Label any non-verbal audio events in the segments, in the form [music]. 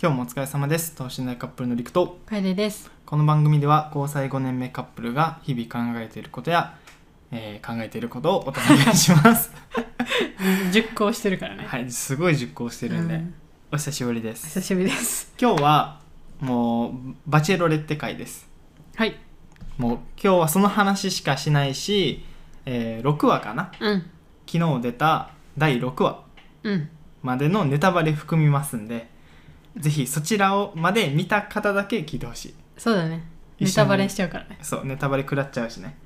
今日もお疲れ様です等身大カップルのりくと楓ですこの番組では交際5年目カップルが日々考えていることや、えー考えていることをお互いにします [laughs] 熟考してるからねはいすごい熟考してるんで、うんお久しぶりです久しぶりです今日はもうバチェロレッテ会ですはいもう今日はその話しかしないし、えー6話かなうん昨日出た第6話うんまでのネタバレ含みますんでぜひそちらをまで見た方だけ聞いてほしいそうだね一緒にネタバレしちゃうからねそうネタバレ食らっちゃうしね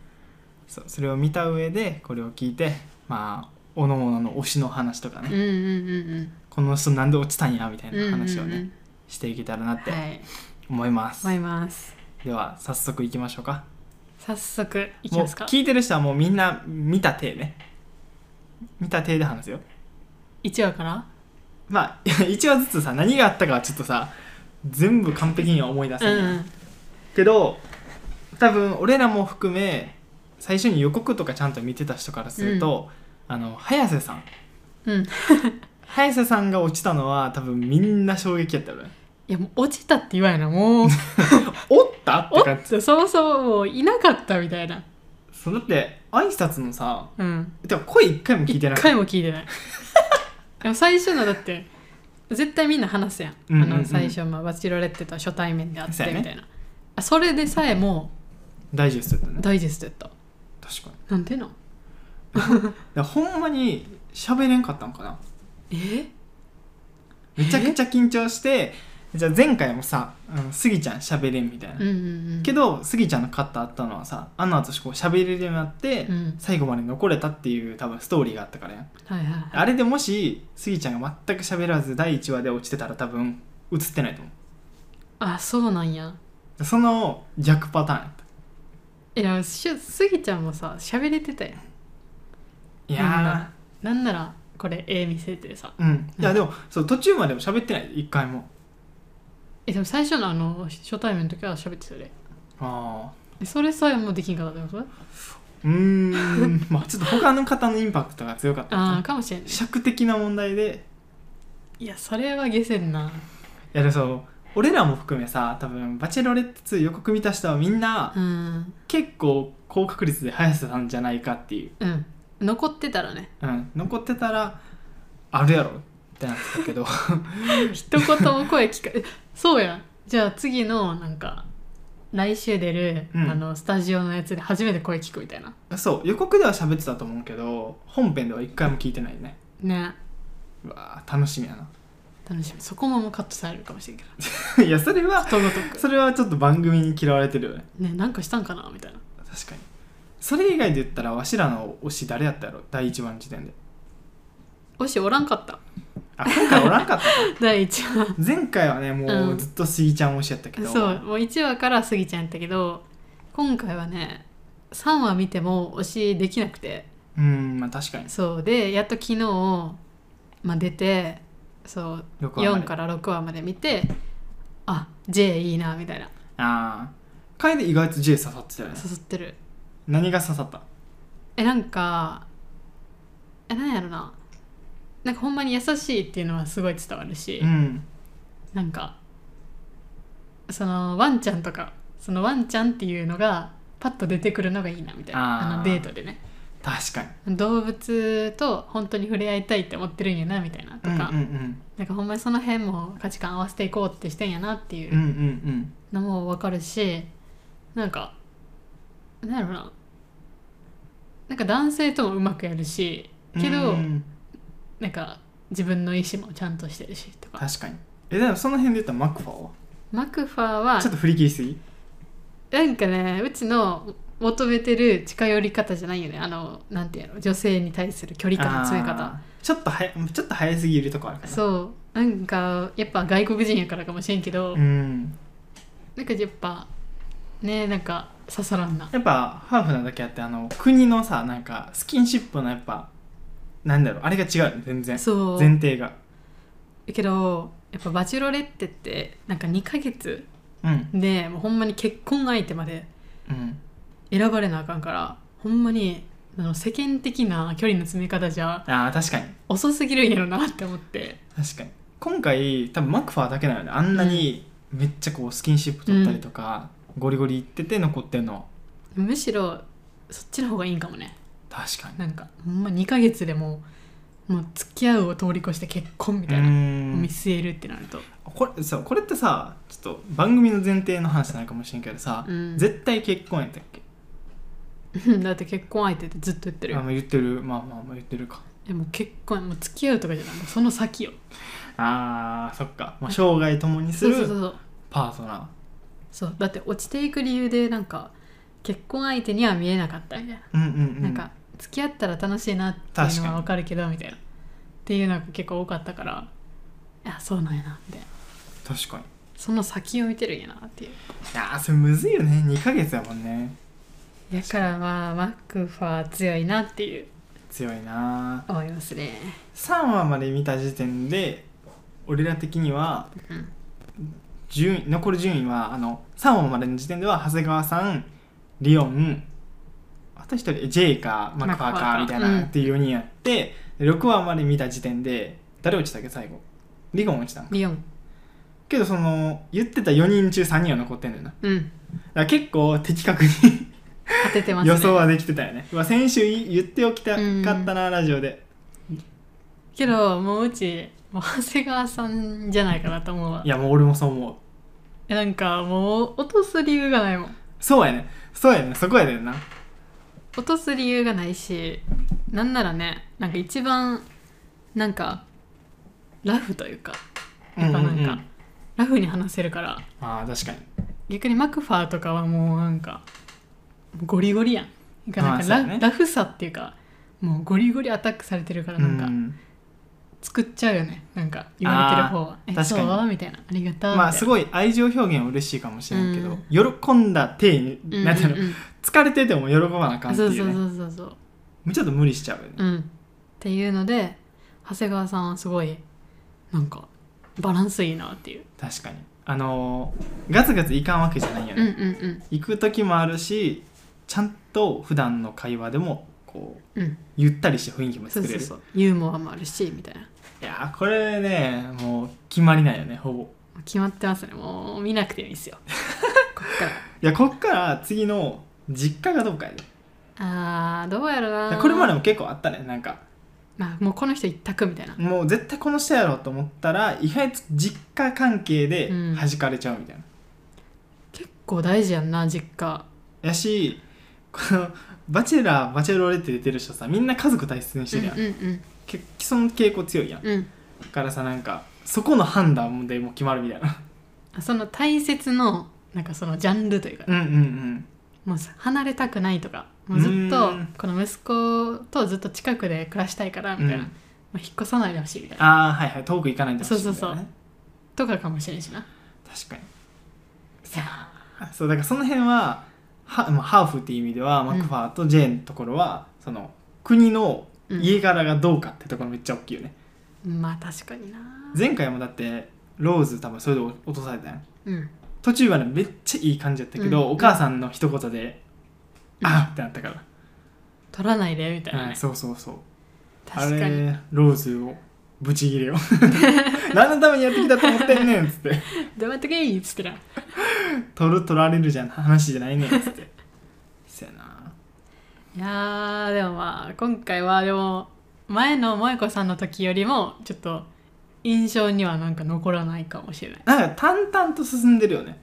そうそれを見た上でこれを聞いてまあおののの推しの話とかね、うんうんうんこの人なんで落ちたんやみたいうなん話をね、うんうんしていけたらなっうてんはい思います、思いますでは早速いきましょうか早速いきますかもう聞いてる人はもうみんな見た体ね見た体で話すよ一話からまあ1 [laughs] 話ずつさ何があったかはちょっとさ全部完璧には思い出せうない、んうんけど多分俺らも含め最初に予告とかちゃんと見てた人からすると、あの早瀬さんうんい早瀬さんが落ちたのは多分みんな衝撃やったよねやもう落ちたって言わん [laughs] なもうおったってお感っじとそもそももういなかったみたいなそうだって挨拶のさうんてか声一回も聞いてな一い回も聞いてない [laughs] でも最初のだって絶対みんな話すやん,、うんうんうんあの最初、まあ、バチロレッテとは初対面で会ってそうやねみたいな、あそれでさえもダイジェストやったうねダイジェストやった確かになんでなんだからほんまに喋れんかったんかなえめちゃくちゃ緊張してじゃあ前回もさあのスギちゃん喋れんみたいな、うんうんうんけどスギちゃんのカッターあったのはさあの後こう喋れるようになって、うん最後まで残れたっていう多分ストーリーがあったからやんはいはいあれでもしスギちゃんが全く喋らず第1話で落ちてたら多分映ってないと思あそうなんやうその逆パターンやったえでもしスギちゃんもさ喋れてたやんいやなんならこれ絵見せてさーうんいやでも、そう途中までも喋ってない一回もえでも最初のあの初対面の時は喋ってたでああでそれさえもできんかったってことうーんまあちょっと他の方のインパクトが強かったああなかもしれんね尺的な問題でいやそれは下せんないやでもそう俺らも含めさ多分「バチェロレッテ2」予告見た人はみんなうん結構高確率で早瀬さんじゃないかっていう、うん残ってたらねうん、残ってたらあるやろってなってたけど [laughs] 一言も声聞か [laughs] えそうやんじゃあ次のなんか来週出る、うんあのスタジオのやつで初めて声聞くみたいなそう予告では喋ってたと思うけど本編では一回も聞いてないねねうわー楽しみやな楽しみそこももうカットされるかもしれんけどいやそれはことごとくそれはちょっと番組に嫌われてるよねねなんかしたんかなみたいな確かにそれ以外で言ったらわしらの推し誰やったやろ第1話の時点でおしおらんかった [laughs] あ今回おらんかった第1話前回はねもうんうずっとスギちゃん推しやったけど、そうもう1話から過ぎちゃんやったけど今回はね3話見ても推しできなくてうんまあ確かにそうでやっと昨日、まあ、出てそう六話まで4から6話まで見てあ J いいなみたいなああ楓意外と J 刺さってたよね誘ってる何が刺さったえなんかえなんやろななんかほんまに優しいっていうのはすごい伝わるし、うんなんかそのワンちゃんとかそのワンちゃんっていうのがパッと出てくるのがいいなみたいあーなあのデートでね確かに動物と本当に触れ合いたいって思ってるんやなみたいなとか、うんうんなんかほんまにその辺も価値観合わせていこうってしてんやなっていうんうんううんうんのも分かるしなんかなんやろななんか男性ともうまくやるしけど、うんなんか自分の意思もちゃんとしてるしとか確かにえでもその辺で言ったらマクファーマクファーははちょっと振り切りすぎなんかねうちの求めてる近寄り方じゃないよねあのなんていうの女性に対する距離感の詰め方あーちょっとはやちょっと早すぎるとこあるかなそうなんかやっぱ外国人やからかもしれんけど、うんなんかやっぱねなんか刺さらんなやっぱハーフなだけあってあの国のさなんかスキンシップのやっぱなんだろうあれが違うよね全然そう前提がけどやっぱバチュロレッテってなんか2ヶ月うんでもうほんまに結婚相手までうん選ばれなあかんからほんまにあの世間的な距離の詰め方じゃああ確かに遅すぎるんやろなって思って確かに今回多分マクファーだけなのであんなにめっちゃこうスキンシップ取ったりとか、ゴリゴリいってて残ってんのむしろそっちの方がいいんかもね確かになんかほんま2ヶ月でもうもう付き合うを通り越して結婚みたいな、うー見ん据えるってなると、 [laughs] これさこれってさちょっと番組の前提の話になるかもしれんけどさ、うん絶対結婚やったっけうんだって結婚相手ってずっと言ってるあよまあ言ってるまあまあまあ言ってるかえもう結婚もう付き合うとかじゃないもうその先よあーそっか、まあ、生涯共にすそうそうそるうそうパートナーそうだって落ちていく理由でなんか結婚相手には見えなかったみたいな、うんうんうんなんか付き合ったら楽しいなっていう確のかはに分かるけどみたいなっていうのが結構多かったからいやそうなんやなみたいな確かにその先を見てるんやなっていういやーそれむずいよね2ヶ月やもんねだからまあマックファー強いなっていう強いな思いますね3話まで見た時点で俺ら的にはうん順位残る順位はあの3話までの時点では長谷川さんリオンあと1人 J かマクファーかマみクファたーかいうんなっていう4人やって、6話まで見た時点で誰落ちたっけ最後リゴン落ちたのリオンけどその言ってた4人中3人は残ってんだよなだうんから結構的確に当ててますね予想はできてたよねうわ先週い言っておきたかったなラジオでけどもううちもう長谷川さんじゃないかなと思うわいやもう俺もそう思うえなんかもう落とす理由がないもんそうやねそうやねそこやねんな落とす理由がないしなんならねなんか一番なんかラフというかやっぱなんうか、んうんうんラフに話せるからああ確かに逆にマクファーとかはもうなんかゴリゴリやんなんかなんかまあラ,、そうねラフさっていうかもうゴリゴリアタックされてるからなんかうん作っちゃうよねなんか言われてる方は「え確かそにう?」みたいな「ありがとう」まあすいごい愛情表現は嬉しいかもしれんけど、喜んだ手にななんんてていいううの、んうん疲れてても喜ばなあうかんん、ってそいううねそうそうそうそうちょっと無理しちゃうよね、うん、っていうので長谷川さんはすごいなんかバランスいいなっていう、確かにあのーガツガツいかんわけじゃないようんね、うんうん行く時もあるしちゃんと普段の会話でもこううんゆったりして雰囲気もそう作れそうるそうユーモアもあるしみたいないやーこれねもう決まりなんよねほぼ決まってますねもう見なくていいん [laughs] ですよこっからいやこっから次の実家がどうかやで、あーどうやろうなこれまでも結構あったねなんかまあもうこの人一択みたいなもう絶対この人やろうと思ったら意外と実家関係でうん弾かれちゃうみたいな、結構大事やんな実家やしこの「バチェラーバチェロレ」って出てる人さみんな家族大切にしてるやん、うんうん結構その傾向強いやんだうんうんからさなんかそこの判断でもう決まるみたいなその大切のなんかそのジャンルというかうんうんうんもうさ離れたくないとかもうずっとうんこの息子とずっと近くで暮らしたいからみたいな、うんもう引っ越さないでほしいみたいなああはいはい遠く行かないでほしいんだよねそうそうそうとかかもしれんしな確かにいやあそうだからその辺はは、まあ、ハーフっていう意味では、マクファーとジェーンのところはその国の家柄がどうかってところめっちゃ大きいよね、まあ確かにな前回もだってローズ多分それで落とされたやんうん途中までめっちゃいい感じやったけど、うんお母さんの一言で、うんあーってなったから、取らないでみたいな、ねはいそうそうそうあ確かにれローズをブチギ [laughs] レを何のためにやってきたと思ってんねんっつってどうやってけいっつってな取る取られるじゃん話じゃないねんっつって [laughs] そやないやーでもまあ今回はでも前の萌子さんの時よりもちょっと印象にはなんか残らないかもしれないなんか淡々と進んでるよね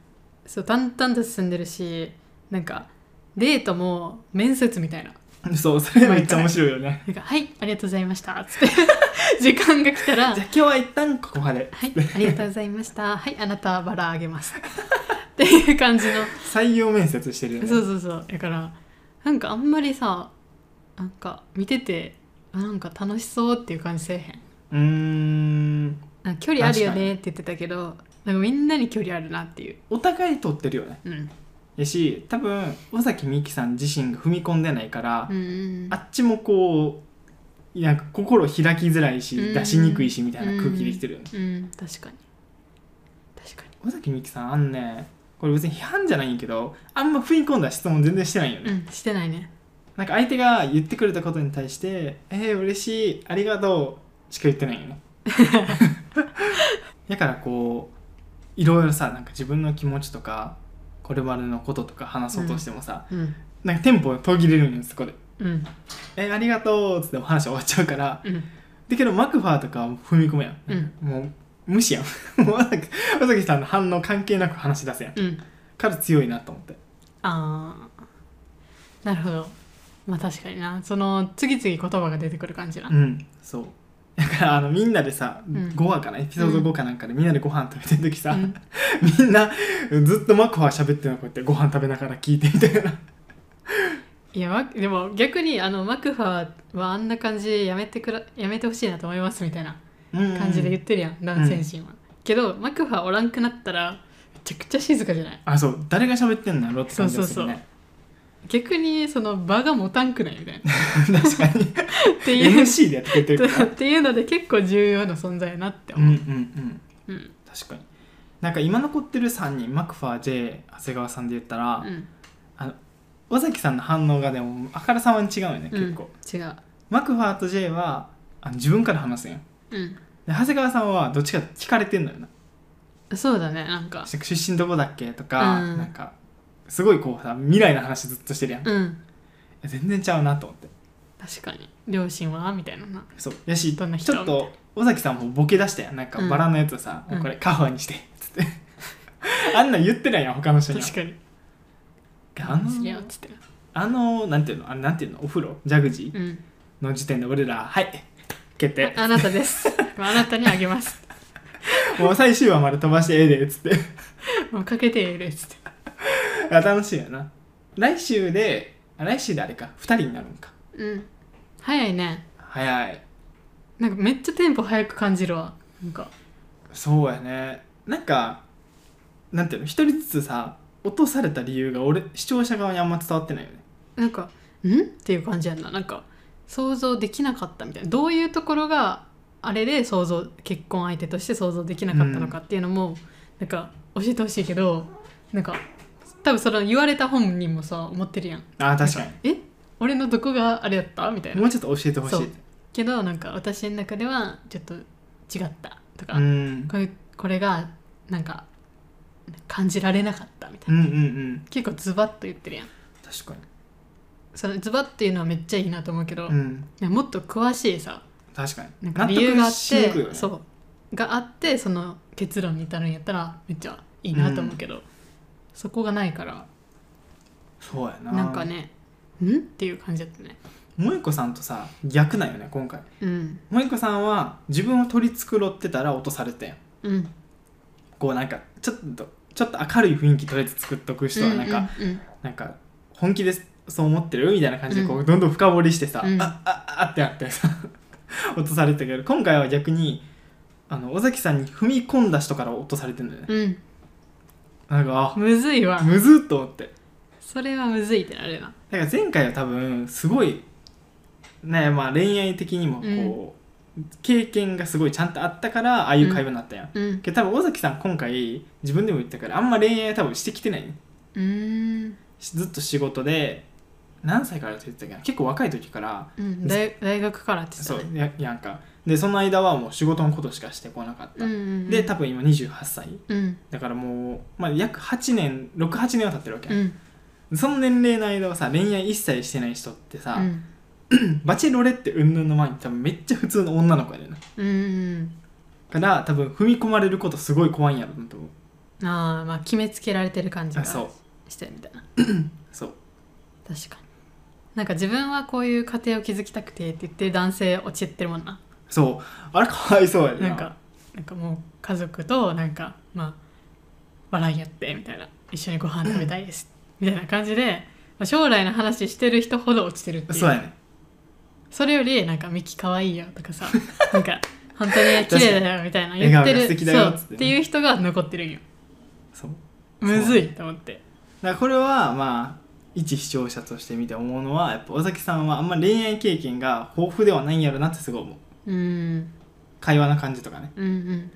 そう淡々と進んでるしなんかデートも面接みたいなそうそれめっちゃ面白いよねなんか「はいありがとうございました」つって [laughs] 時間が来たら「はじゃいあ今日は一旦ここまでありがとうございましたはいあなたはバラあげます」 [laughs] っていう感じの採用面接してるよねそうそうそうだからなんかあんまりさなんか見ててあなんか楽しそうっていう感じせえへんうーんなんか距離あるよねって言ってたけどなんかみんなに距離あるなっていう、お互い取ってるよねうん、やし多分尾崎美紀さん自身が踏み込んでないから、うんうんうんあっちもこうなんか心開きづらいし、うん出しにくいしみたいな空気できてるよねうん確かに確か尾崎美紀さんあんねこれ別に批判じゃないんやけどあんま踏み込んだ質問全然してないよね、にうんしてないねなんか相手が言ってくれた [laughs] ことに対して「えー、嬉しいありがとう」しか言ってないよねだからこういろいろさなんか自分の気持ちとかこれまでのこととか話そうとしてもさ、うんなんかテンポが途切れるんよそこでうん「えありがとう」っつっても話終わっちゃうからうんだけどマクファーとかは踏み込むやん、うんもう無視やん [laughs] もうなんか尾崎さんの反応関係なく話し出せやんうんから強いなと思ってあーなるほどまあ確かになその次々言葉が出てくる感じな、うんそうだからあのみんなでさ、ん5話かなエピソード5かなんかでみんなでご飯食べてる時さ、うんみんなずっとマクファー喋ってるのこうやってご飯食べながら聞いてみたいないやわでも逆にあのマクファーはあんな感じでやめてくらやめてほしいなと思いますみたいな感じで言ってるやん、男性陣は、けどマクファーおらんくなったらめちゃくちゃ静かじゃないあそう誰が喋ってんのやろって感じですよね逆にその場が持たんくないみたいな確かにっていう MC でやってくれてるからっていうので結構重要な存在やなってうん思うん [laughs] う、うんうん確かになんか今残ってる3人マクファー J 長谷川さんで言ったら、うん尾崎さんの反応がでもあからさまに違うよね結構、うん、違う、マクファーと J はあの自分から話すんよう、で長谷川さんはどっちかって聞かれてんのよなんそうだねなんか出身どこだっけとか、うんなんかすごいこうさ未来の話ずっとしてるやん、うん全然ちゃうなと思って確かに両親はみたいななそうやしどんなち人ょっと尾崎さんもボケ出したやんなんかうんバラのやつをさ、うんこれカファーにしてっつって [laughs] あんなん言ってないやん他の人には確かにあのすりゃっつってあのなんていうのあれなんていうのお風呂ジャグジうんーの時点で俺らはい決定ああなたです [laughs] あなたにあげますもう最終話まで飛ばしてええでっつって [laughs] もうかけてええですっていや楽しいよな来週であ来週であれか2人になるんかうん早いね早いなんかめっちゃテンポ早く感じるわなんかそうやねなんかなんていうの一人ずつさ落とされた理由が俺視聴者側にあんま伝わってないよねなんか「ん?」っていう感じやんななんか想像できなかったみたいなどういうところがあれで想像結婚相手として想像できなかったのかっていうのも、なんか教えてほしいけどなんか多分それは言われた本人もさ思ってるやんあー確かえ俺のどこがあれやったみたいになもうちょっと教えてほしそういけどなんか私の中ではちょっと違ったとか、うんこれこれがなんか感じられなかったみたいな、うんうんうん結構ズバッと言ってるやん確かそのズバッというのはめっちゃいいなと思うけど、にうんいやもっと詳しいさ確かなにんか理由があっしにて、くいよねそうがあってその結論に至るんやったらめっちゃいいなと思うけど、そこがないからそうやななんかねんっていう感じだったね萌子さんとさ逆なんよね今回うん萌子さんは自分を取り繕ってたら落とされてんうんこうなんかちょっとちょっと明るい雰囲気とりあえず作っとく人はなんか、うんうんなんか本気でそう思ってるみたいな感じでこううどんどん深掘りしてさ、うんあああってなって [laughs] さ落とされてたけど今回は逆にあの尾崎さんに踏み込んだ人から落とされてるんだよね、うん、なんかむずいあわむずっと思ってそれはむずいってなるなだから前回は多分すごい、ねまあ、恋愛的にもこう、経験がすごいちゃんとあったからああいう会話になったやん、うんけど多分尾崎さん今回自分でも言ったからあんま恋愛多分してきてない、ね、うーん、しずっと仕事で何歳からって言ってたっけど結構若い時からうん、大大学からって言ってそたうねややんかでその間はもう仕事のことしかしてこなかった、うんうんで多分今28歳うんだからもう、まあ、約8年68年は経ってるわけうやん、んその年齢の間はさ恋愛一切してない人ってさ、うんバチェロレって云々の前に多分めっちゃ普通の女の子やねんなうんうんから多分踏み込まれることすごい怖いんやろなと思ううんああまあ決めつけられてる感じあがそうしてるみたいなそう確かになんか自分はこういう家庭を築きたくてって言って男性落ちってるもんなそうあれかわいそうやねなんかなんかもう家族となんかまあ笑い合ってみたいな一緒にご飯食べたいですみたいな感じで、まあ、将来の話してる人ほど落ちてるっていうそうやねそれよりなんか「ミキ可愛いよ」とかさなんか「本当に綺麗だよ」みたいな言って笑顔がる素敵だよっつっそてうっていう人が残ってるんよそうむずいと思ってだからこれはまあ一視聴者として見て思うのはやっぱ尾崎さんはあんま恋愛経験が豊富ではないんやろなってすごい思ううん会話の感じとかねうん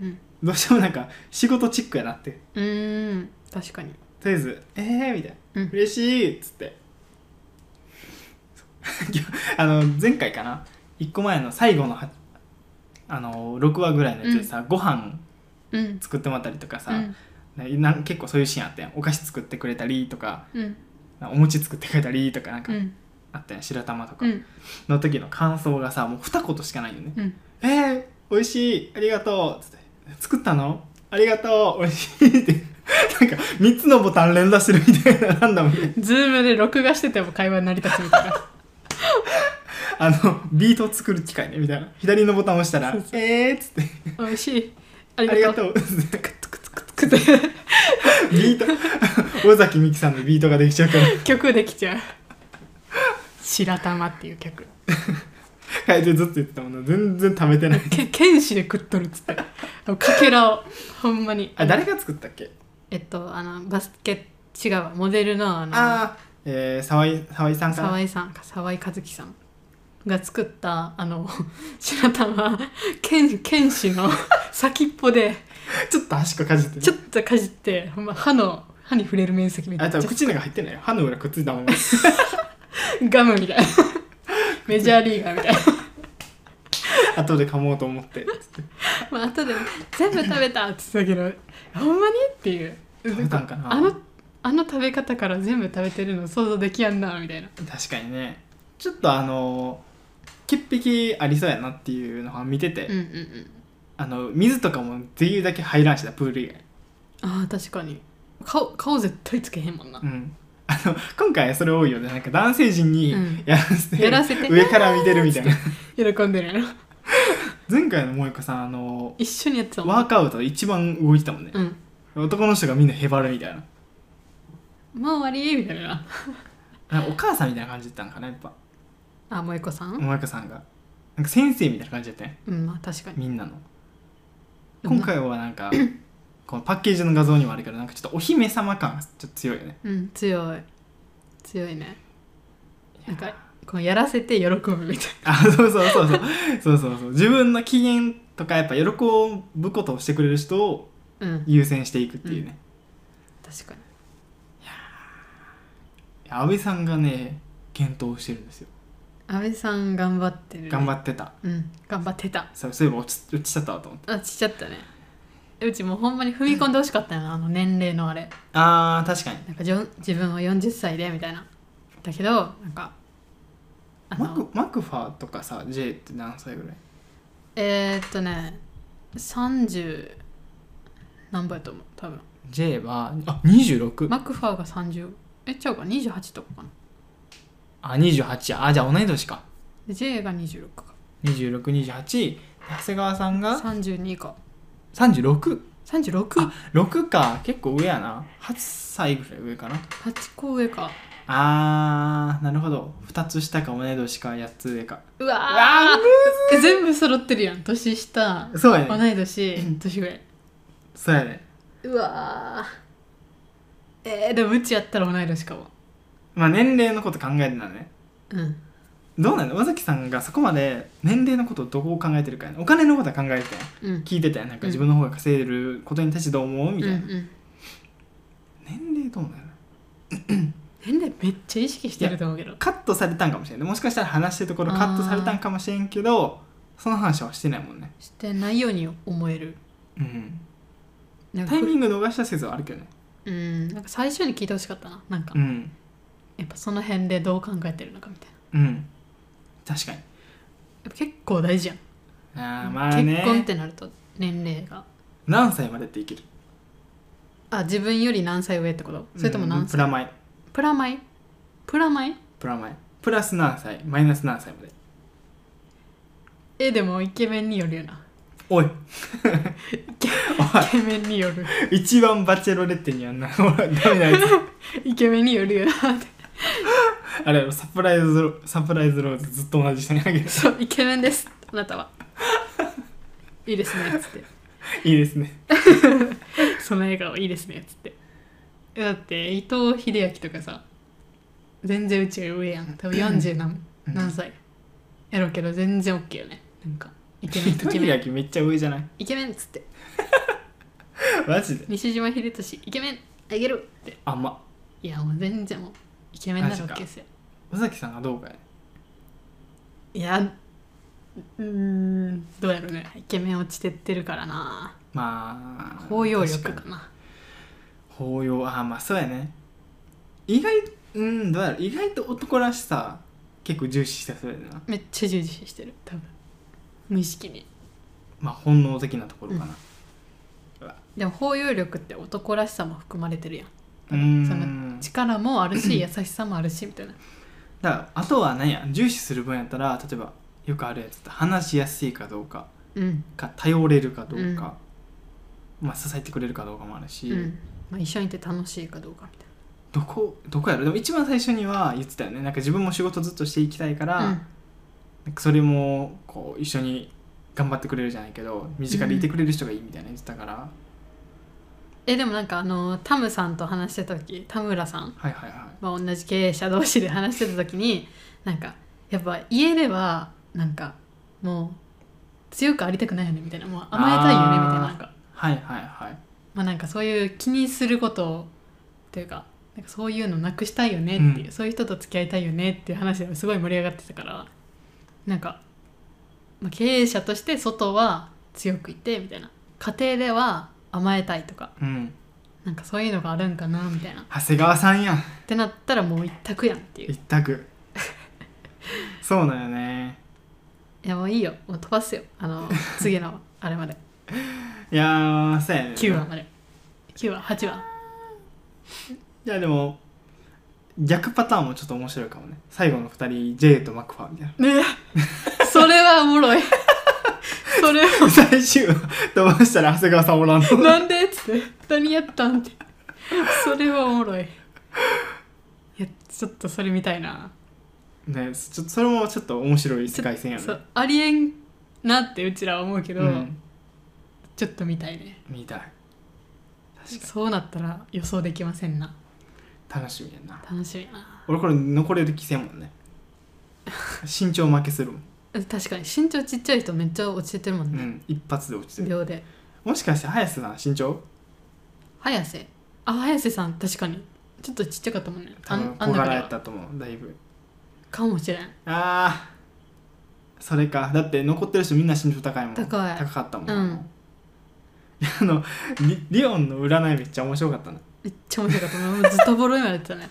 うんどうしてもなんか仕事チックやなってとうんうん確かにりあえず「えー」みたいな「うん嬉しい」っつって [laughs] そうあの前回かな1個前の最後のはあの6話ぐらいのやつでさ、ご飯うん作ってもらったりとかさ、うんな結構そういうシーンあったやんお菓子作ってくれたりとかうんお餅作ってくれたりとかなんかうんあったやん白玉とかうんの時の感想がさもう二言しかないよねうん「えー、美味しいありがとう」つって「作ったのありがとう美味しい」ってなんか3つのボタン連打してるみたいなランダムでズームで録画してても会話成り立つみたいなあのビートを作る機械ねみたいな左のボタンを押したらそう「えー」っつって美味しい「あありりががとうとう」つってつくつくつくつくってビート尾崎美紀さんのビートができちゃうから曲できちゃう白玉っていう曲変えてずっと言ってたもの全然食べてないけ剣士で食っとるっつってあのかけらをほんまにあ誰が作ったっけえっとあのバスケ違うわモデルのあのああえー、沢井沢井さんかな沢井さんか沢井和樹さんが作ったあの [laughs] 白玉剣剣 [laughs] 士の先っぽでちょっと端っこかじってちょっっとかじってほんま歯の歯に触れる面積みたあい多な分口の中入ってないよ歯の裏くっついたも [laughs] んガムみたいな [laughs] メジャーリーガーみたいな、 [laughs] 後で噛もうと思ってまあ後で全部食べたって言ってたけどほんまにっていう食べたんかなあのあの食べ方から全部食べてるの想像できやんなみたいな確かにねちょっとあの潔癖ありそうやなっていうのは見てて、うんうんうんあの水とかもできるだけ入らんしなプール以外あー確かに顔顔絶対つけへんもんなうんあの今回それ多いよねなんか男性陣にうんやらせて,、やらせ [laughs] て上から見てるみたいな喜んでるやろ前回の萌子さんあの一緒にやってたもんワークアウトで一番動いてたもんね、うん男の人がみんなへばるみたいなもう終わりみたいななんかお母さんみたいな感じだったんかなやっぱあ萌子さん萌子さんがなんか先生みたいな感じだったねうんまあ確かにみんなのでも今な回はなんかこのパッケージの画像にもあるけどなんかちょっとお姫様感がちょっと強いよねうん強い強いねなんかこうやらせて喜ぶみたいあそうそうそうそうそうそうそう自分の機嫌とかやっぱ喜ぶことをしてくれる人をなうん優先していくっていうね、確かにいや安倍さんがね検討してるんですよ安倍さん頑張ってる、ね、頑張ってたうん頑張ってたそうそういえば落ち落ちちゃったわと思ってあちっちゃったねうちもうほんまに踏み込んでほしかったよなあの年齢のあれあー確かになんかじょ自分は40歳でみたいなだけどなんかあマクのマクファーとかさ J って何歳ぐらいえー、っとね30何倍と思う多分 J はあ26、マクファーが30えちゃうか28とかかなあ28やあじゃあ同い年かで J が26か2628長谷川さんが32か36 368六か結構上やな8歳ぐらい上かな個上かあーなるほど2つ下か同い年か8つ上かうわーわえ全部揃ってるやん年下そうや同ねい年年上そうやねうわーえー、でもうちやったら同い年かもまあ年齢のこと考えるならねうんどうなの尾崎さんがそこまで年齢のことをどこを考えてるかやねお金のことは考えてたやんうん聞いてたやんなんか自分の方が稼いでることに対してどう思うみたいな、うんうん年齢どうなの年齢めっちゃ意識してると思うけどカットされたんかもしれないもしかしたら話してるところカットされたんかもしれんけどその話はしてないもんねしてないように思えるうんなんかタイミング逃した説はあるけどねうんなんか最初に聞いてほしかったななんか、うんやっぱその辺でどう考えてるのかみたいなうん確かにやっぱ結構大事やん、あーまあね結婚ってなると年齢が何歳までっていけるあ自分より何歳上ってことそれとも何うんプ歳、ラマイプラマイプラマイプラマイプラス何歳マイナス何歳までえでもイケメンによるよなお [laughs] いイケメンによる一番バチェロレッテにやんなほらダメなやつイケメンによるよなって [laughs] あれサプライズロサプライズローズずっと同じ人にあげるそうイケメンですあなたはいいですねっつっていいですねその笑顔いいですねっつってえだって伊藤英明とかさ全然うちより上やん多分40何うん何歳やろうけど全然 OK よねなんかイケメン [laughs] イ人ケ見メ焼ンきめっちゃ上じゃないイケメンっつってマジで西島秀俊イケメンあげるってあんまいやもう全然もうイケメンならマジか OK っすよ尾崎さんがどうかやいやうんどうやろうねイケメン落ちてってるからなまあ包容力確かかにな包容ああまあそうやね意外うんどうやろう意外と男らしさ結構重視したそうやなめっちゃ重視してる多分無意識にまあ本能的なところかなでも包容力って男らしさも含まれてるやんううんんその力もあるし優しさもあるしみたいなだからあとは何や重視する分やったら例えばよくあるやつって話しやすいかどうかうん、か頼れるかどうか、まあ支えてくれるかどうかもあるし、うんまあ、一緒にいて楽しいかどうかみたいどこどこやろでも一番最初には言ってたよねなんか自分も仕事ずっとしていきたいから、な、なんかそれもこう一緒に頑張ってくれるじゃないけど身近でいてくれる人がいいみたいな言ってたから、えでもなんかあのタムさんと話してた時田村さん、はいはいはまあ、同じ経営者同士で話してた時になんかやっぱ家ではなんかもう強くありたくないよねみたいなもう甘えたいよねみたいあなーなんかいはいはいはいまあなんかそういう気にすることをというかなんかそういうのなくしたいよねっていう、うんそういう人と付き合いたいよねっていう話ですごい盛り上がってたからなんか、まあ、経営者として外は強くいてみたいな家庭では甘えたいとかうんなんかそういうのがあるんかなみたいなっ長谷川さんやんてなったらもう一択やんっていう一 [laughs] 択そうなんよねいやもういいよもう飛ばすよあ [laughs] の次のあれまでいやーそうやね9話まで9話8話いやでも逆パターンもちょっと面白いかもね最後の2人 J とマクファーみたいなねそれはおもろいそれは最終話飛ばしたら長谷川さんおらんの [laughs] なんでっつって何やったんってそれはおもろいいやちょっとそれみたいなねちょっとそれもちょっと面白い世界線やねそうありえんなってうちらは思うけど、うんちょっと見たいね見たい確かそうなったら予想できませんなに楽しみやな楽しみやな俺これ残れる気せんもんね身長負けするもん、確かに身長ちっちゃい人めっちゃ落ちてるもんうね、ん、一発で落ちてる秒でもしかして早瀬さん身長早瀬あ早瀬さん確かにちょっとちっちゃかったもんね多分あ小んな柄やらったと思うだいぶかもしれんあーそれかだって残ってる人みんな身長高いもん高いかったもん、うん [laughs] あのリリオンの占いめっちゃ面白かったなめっちゃ面白かったもうずっとボロいまで言ってたね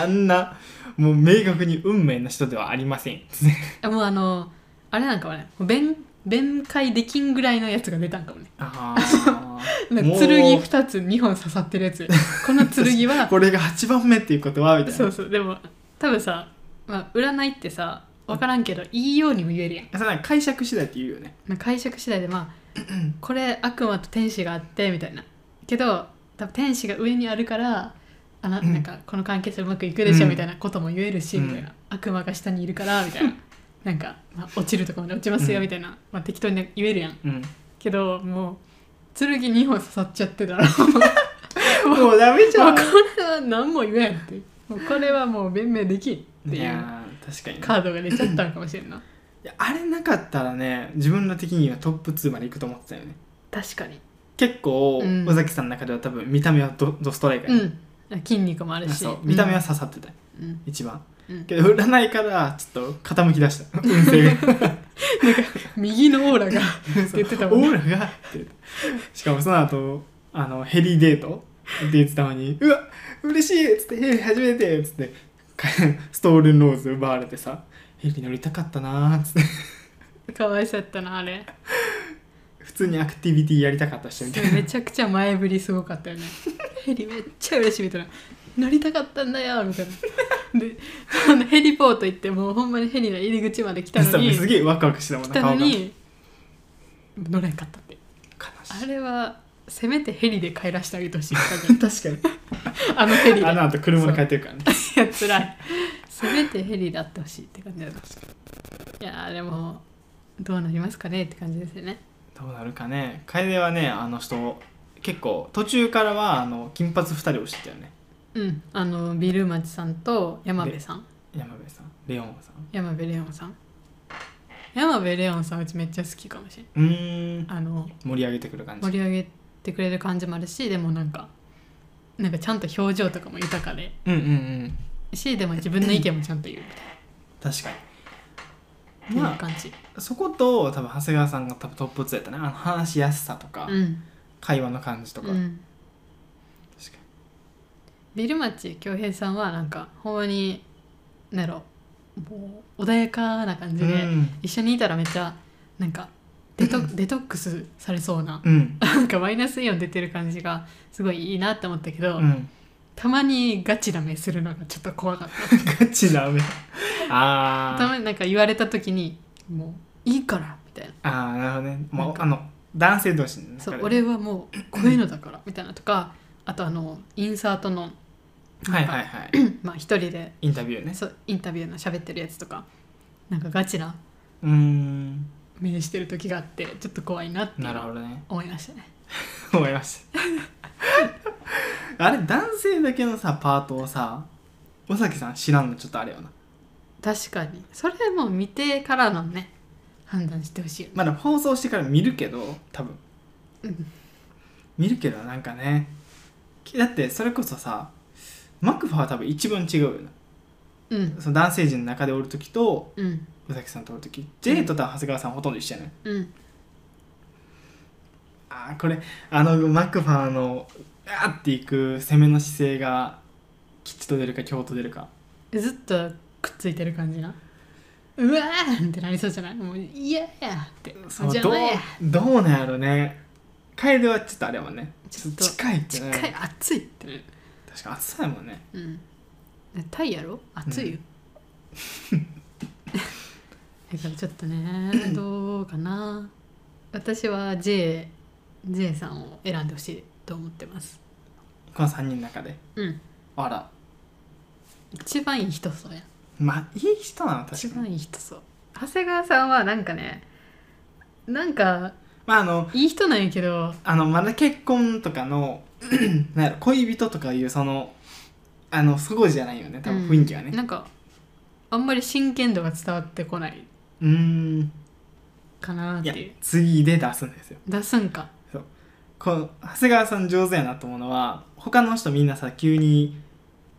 あんなもう明確に運命の人ではありませんい [laughs] やもうあのあれなんかもねもう弁弁解できんぐらいのやつが出たんかもねああ [laughs] なんもかう剣2つ2本刺さってるやつこの剣 [laughs] はこれが8番目っていうことはみたいなそうそうでも多分さ、まあ、占いってさ分からんけどいいようにも言えるやんそれなんか解釈次第って言うよねまあ解釈次第で [clears throat] まあこれ悪魔と天使があってみたいなけど多分天使が上にあるからあななんかこの関係性うまくいくでしょうんみたいなことも言えるし、うんみたいな悪魔が下にいるからみたい [laughs] ななんか、まあ、落ちるとこまで落ちますよみたいな、まあ、適当に言えるやんうんけどもう剣2本刺さっちゃってたら [laughs] ももうダメうこじゃんれは何も言えんってもうこれはもう弁明できんっていいうやー確かにねカードが出ちゃったのかもしれんないやあれなかったらね自分ら的にはトップ2まで行くと思ってたよね確かに結構、うん尾崎さんの中では多分見た目はドドストライクやうね、ん筋肉もあるあしそう見た目は刺さってた、うん一番うんけど占いからちょっと傾き出した [laughs] 運勢が右のオー [laughs] ラがって言ってたもんオねーラがってしかもその後あのヘリデートって言ってたのに「うわ嬉しい!」っつって「ヘリ初めて!」っつって [laughs] かストールンローズ奪われてさ「ヘリ乗りたかったな」っつってかわいそうやったなあ [laughs] れ普通にアクティビティやりたかった人みたいなめちゃくちゃ前振りすごかったよねヘリめっちゃ嬉しいみたいな乗りたかったんだよみたいなでそのヘリポート行ってもうほんまにヘリの入り口まで来た [laughs] のそうにすげえワクワクしてたもんな来たのが悲しいに乗れんかったってあれはせめてヘリで帰らせてあげてほしい確か [laughs] あのヘリにであの後車で帰ってるからねいや辛いせめてヘリであってほしいって感じだったいやーでもどうなりますかねって感じですよねどうなるかね楓はねあの人結構途中からはあの金髪二人をしてたよねうんあのビルマチさんと山部さん山辺さんレオンさん山部レオンさん山部レオンさんうちめっちゃ好きかもしれうーんんあの盛り上げてくる感じ盛り上げてくれる感じもあるしでもなんかなんかちゃんと表情とかも豊かでうんうんうんしでも自分の意見もちゃんと言うみたい確かにっていう感じ、そこと多分長谷川さんが多分トップ2やったねあの話しやすさとか、うん会話の感じとか、うん、確かベルマッチ恭平さんはなんかほんまになんやろもう穏やかな感じにで、うん一緒にいたらめっちゃなんかデトデトックスされそうなうんなんかマイナスイオン出てる感じがすごいいいなって思ったけど、うんたまにガチな目するのがちょっと怖かったガチだ [laughs] めあたーまになんか言われた時にもういいからみたいなあーなるほどねなもんうかあの男性同士のそう中で俺はもうこういうのだからみたいなとかあとあのインサートのはいはい [clears throat] はいまあ一人でインタビューねそうインタビューの喋ってるやつとかなんかガチなうーん目してる時があってちょっと怖いなっていうなるのほをどね思いましたね [laughs] 思いましたあれ男性だけのさパートをさ尾崎さん知らんのちょっとあれよな確かにそれも見てからのね判断してほしいよねまだ放送してから見るけど多分、うん見るけどなんかねきだってそれこそさマクファーは多分一番違うよなうんその男性陣の中でおる時とうん宇崎さんとおる時ジェイと多分長谷川さんほとんど一緒やね、うんあーこれあのマクファーのあーっていく攻めの姿勢が吉と出るか京と出るかずっとくっついてる感じなうわーってなりそうじゃないもう嫌やってそうじゃどうないやどうなんやろね楓はちょっとあれやもんねちょっと近いってね近い熱いってなる確か暑さやもんねうんタイやろ熱いよ、だからちょっとねどうかな私は J, J さんを選んでほしいと思ってますこの3人の中でうんあら一番いい人そうやまあいい人なの一確か番にいい人そう長谷川さんはなんかねなんかまああのいい人なんやけどあのまだ結婚とかの [clears throat] なんやろ恋人とかいうそのあのそこじゃないよね多分雰囲気がうんねなんかあんまり真剣度が伝わってこないうーんかなっいてやいう次で出すんですよ出すんかこの長谷川さん上手やなと思うのは他の人みんなさ急に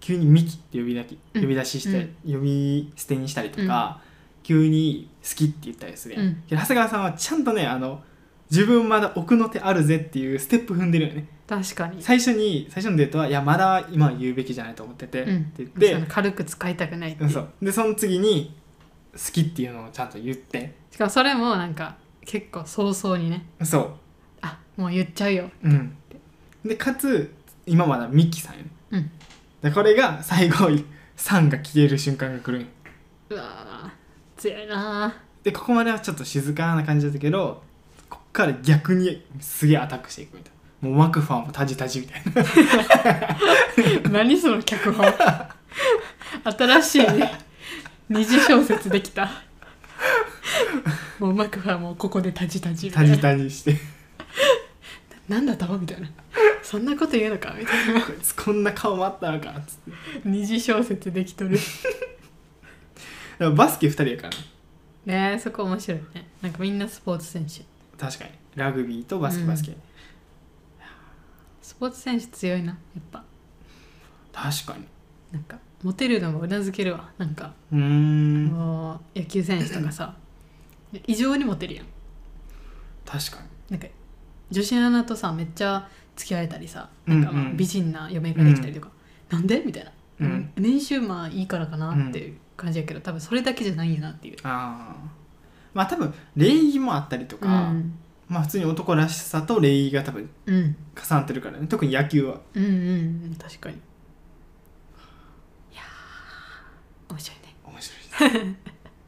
急に「ミキ」って呼びだきうん呼び出しして、呼び捨てにしたりとか、急に「好き」って言ったりするやん、うんけど長谷川さんはちゃんとねあの自分まだ奥の手あるぜっていうステップ踏んでるよね確かに最初に最初のデートは「いやまだ今は言うべきじゃないと思ってて」うんって言っそのて、軽く使いたくないってういうんそうでその次に「好き」っていうのをちゃんと言ってしかもそれもなんか結構早々にねそあもう言っちゃうよううんでかつ今まだミキさんよねうんでこれが最後3が消える瞬間が来るんようわー強いなでここまではちょっと静かな感じだったけどこっから逆にすげえアタックしていくみたいなもうマクファンもタジタジみたいな [laughs] ー何その脚本新しい二次小説できたもうマクファーもここでタジタジみたタいなジタジしてなんだとみたいなそんなこと言うのかみたいなこいつこんな顔もあったのかっつってだか二次小説できとるらバスケ2人やからねねえそこ面白いねなんかみんなスポーツ選手確かにラグビーとバスケうんバスケ、スポーツ選手強いなやっぱ確かになんかモテるのもうなずけるわなんかうーんもう野球選手とかさ異常にモテるやん確かになんか女子アナとさめっちゃ付き合えたりさうなんんうんかまあ美人な嫁ができたりとか、なんでみたいな、うん年収まあいいからかなっていう感じやけど多分それだけじゃないんやなっていうああまあ多分礼儀もあったりとか、うんまあ普通に男らしさと礼儀が多分うん重なってるからね特に野球はうんうん確かにいやー面白いね面白い [laughs] で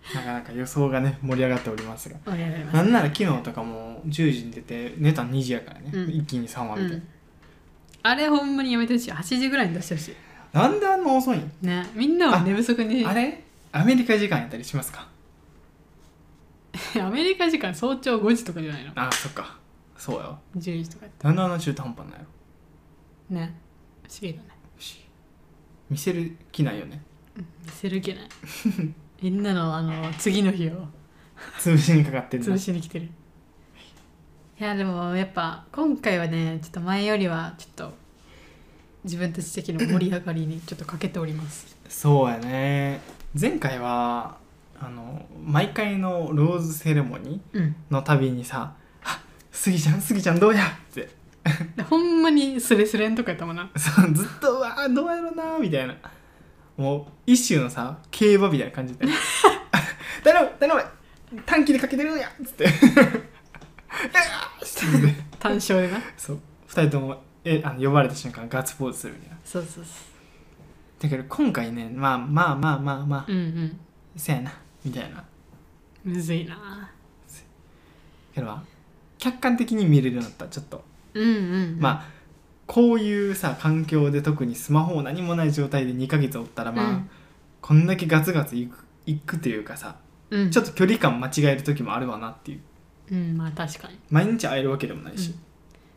すなかなか予想がね盛り上がっておりますが盛り上がりますなんなら昨日とかも10時に出て寝たの2時やからね、うん一気に3話う見て、ん、あれほんまにやめてほしい8時ぐらいに出してほしなんであんな遅いんいねみんなは寝不足にあれアメリカ時間やったりしますか [laughs] アメリカ時間早朝5時とかじゃないのあそっかそうやわ10時とかなんであんな中途半端なんやろね不思議だね不思議見せる気ないよね見せる [laughs] 気ないみんなのあの次の日を潰しにかかってんの潰しに来てるいやでもやっぱ今回はねちょっと前よりはちょっと自分たち的な盛り上がりにちょっと欠けておりますそうやね前回はあの毎回のローズセレモニうんーのたびにさ「あスギちゃんスギちゃんどうや!」ってでほんまにスレスレんとかやったもんなそうずっと「うわーどうやろな」みたいなもう一種のさ競馬みたいな感じで「 [laughs] 頼む頼む短期でかけてるんや!」っつって「う [laughs] わーっつって単勝でなそう2人ともえあの呼ばれた瞬間ガッツポーズするみたいな [laughs] そうそうそだけど今回ねまあまあまあまあまあ、ううんせやなみたいなうんむずいなけどまあ客観的に見れるようになったちょっと、うんうんあまあこういうさ環境で特にスマホも何もない状態で2ヶ月おったらまあ、うんこんだけガツガツいくいくというかさうんちょっと距離感間違える時もあるわなっていううんまあ確かに毎日会えるわけでもないし、うん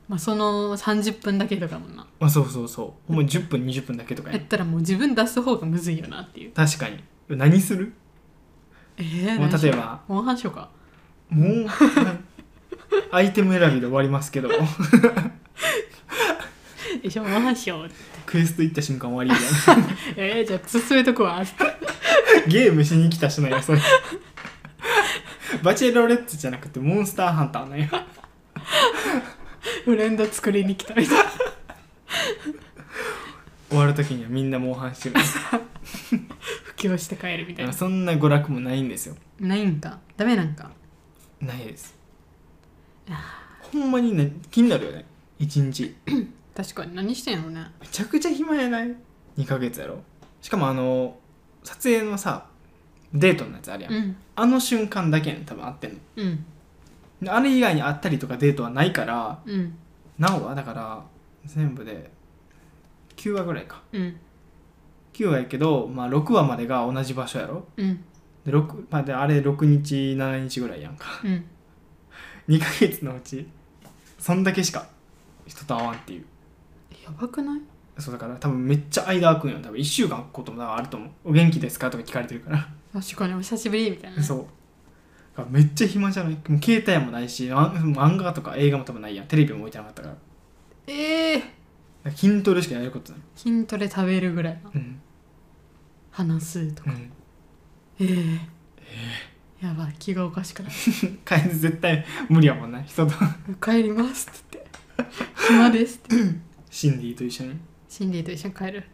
まあその30分だけとかもなまあそうそうそうほんま10分20分だけとかややったらもう自分出す方がむずいよなっていう確かに何するえーも何うし例えよばモンハンしようかもうアイテム選びで終わりますけ [laughs] ど一緒モンハンしようクエスト行った瞬間終わりみたいなえー、じゃあ進めとく [laughs] わゲームしに来た人なんやそれバチェロレッツじゃなくてモンスターハンターなんやフレンド作りに来たみたいな終わる時にはみんなモンハンしてるんです布教して帰るみたいなそんな娯楽もないんですよないんかダメなんかないですほんまにね気になるよね一日確かに何してんのねめちゃくちゃ暇やない2ヶ月やろしかもあの撮影のさデートのやつあるやん、うんあの瞬間だけやねん多分会ってんのうんであれ以外に会ったりとかデートはないからうんなおはだから全部で9話ぐらいかうん9話やけど、まあ、6話までが同じ場所やろうんで ,6、まあ、であれ6日7日ぐらいやんか [laughs] うん2ヶ月のうちそんだけしか人と会わんっていうやばくないそうだから多分めっちゃ間空くんよ多分1週間空くことも多分あると思う「お元気ですか?」とか聞かれてるから、確かにお久しぶりみたいなそうだからめっちゃ暇じゃないもう携帯もないしあ漫画とか映画も多分ないやんテレビも置いてなかったからだかええら筋トレしかやることない筋トレ食べるぐらいのうん、話すとかうんええやばい気がおかしくなる帰り絶対無理やもんな人と帰りますって言って暇ですってシンディと一緒にシンディと一緒に帰る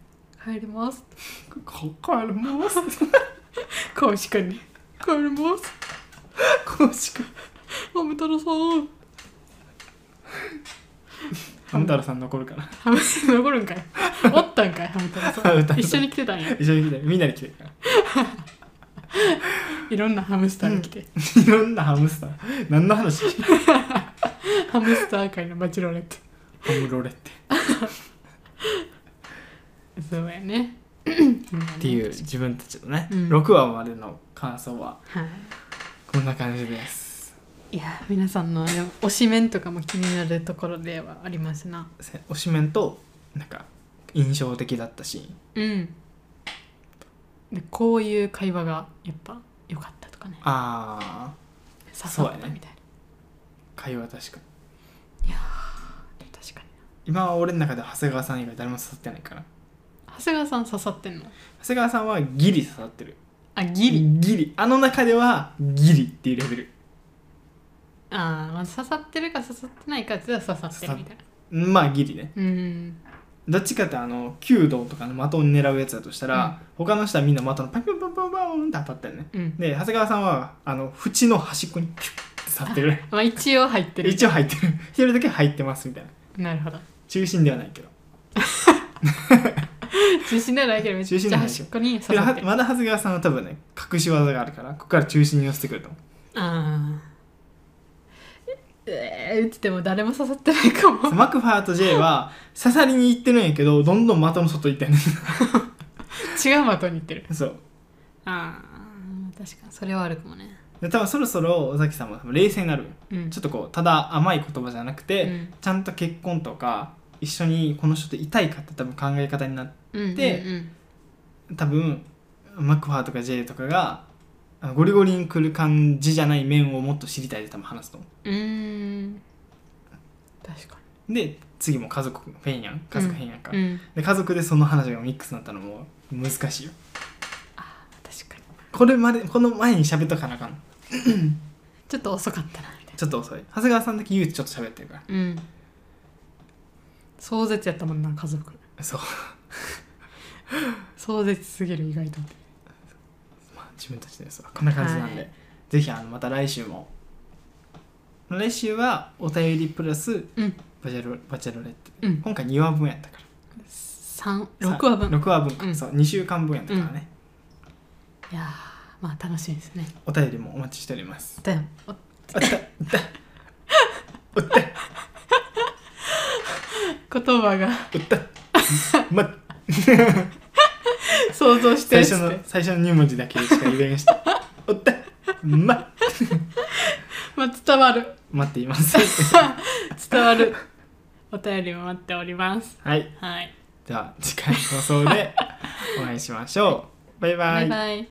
帰りますって「ここある [laughs] もうす公式に帰ります公式ハム太郎さんハム太郎さん残るからハム残るんかいおったんかいハム太郎ハム太さん郎さん一緒に来てたんや一緒に来てみんなで来てるからいろんなハムスターが来て、いろんなハムスター何の話ハムスター界のバチロレットハムロレってそうやねっていう自分たちのね、うん6話までの感想ははこんな感じですいいや皆さんのでも推しメンとかも気になるところではありますなせ推しメンとなんか印象的だったシーンうんでこういう会話がやっぱ良かったとかねあ刺さそうやっねたみたいな、ー会話確かに確かに今は俺の中で長谷川さん以外誰も刺さってないから長谷川さん刺さってんの長谷川さんはギリ刺さってるあギリ、ギリあの中ではギリっていうレベルあー、まあ刺さってるか刺さってないかっては刺さってるみたいなまあギリねうんどっちかってあの弓道とかの的を狙うやつだとしたら、他の人はみんな的のパンパンパンパンパンって当たったよねうんで長谷川さんはあの縁の端っこにピュッて刺って [laughs] るまあ一応入ってる一応入ってる一人だけ入ってますみたいななるほど中心ではないけど中心ではないけどめっち中心でゃはないけど端っこにけ刺どさっはてるまだ長谷川さんは多分ね隠し技があるからここから中心に寄せてくると思 [laughs] ああええー、打っても誰も刺さってないかもうマクファーと J は刺さりに行ってるんやけどどんどん的の外行ってんね違う的にいってるそうああ確かにそれはあるかもねで多分そろそろ尾崎さんも多分冷静になるようんちょっとこうただ甘い言葉じゃなくて、うんちゃんと結婚とか一緒にこの人といたいかって多分考え方になっうんでうんうん多分マクファーとか J とかがあのゴリゴリに来る感じじゃない面をもっと知りたいで多分話すと思うーん確かうで次も家族フェンやん家族フェンやんか、にうんで家族でその話がミックスになったのも難しいよ確かにここれまでこの前に喋っとかなあかんちょっと遅かったなみたいちょっと遅い長谷川さんだけ唯一ちょっと喋ってるからなうん壮絶やったもんな家族そう、壮絶すぎる意外とまあ、自分たちでさこんな感じなんで、はいぜひあのまた来週も来週はお便りプラスうんバチェロバチェロレッテうん今回2話分やったから三6話分6話分か、うんそう2週間分やったからね、いやーまあ楽しみですねお便りもお待ちしており [laughs] ますだよおあったおった言葉がま想像して最る初の最初の2文字だけしか言 [laughs] えんしたおったままあ、伝わる待っています伝わる [laughs] お便りも待っておりますはいはいでは次回の放送でお会いしましょうバイバイバイバイ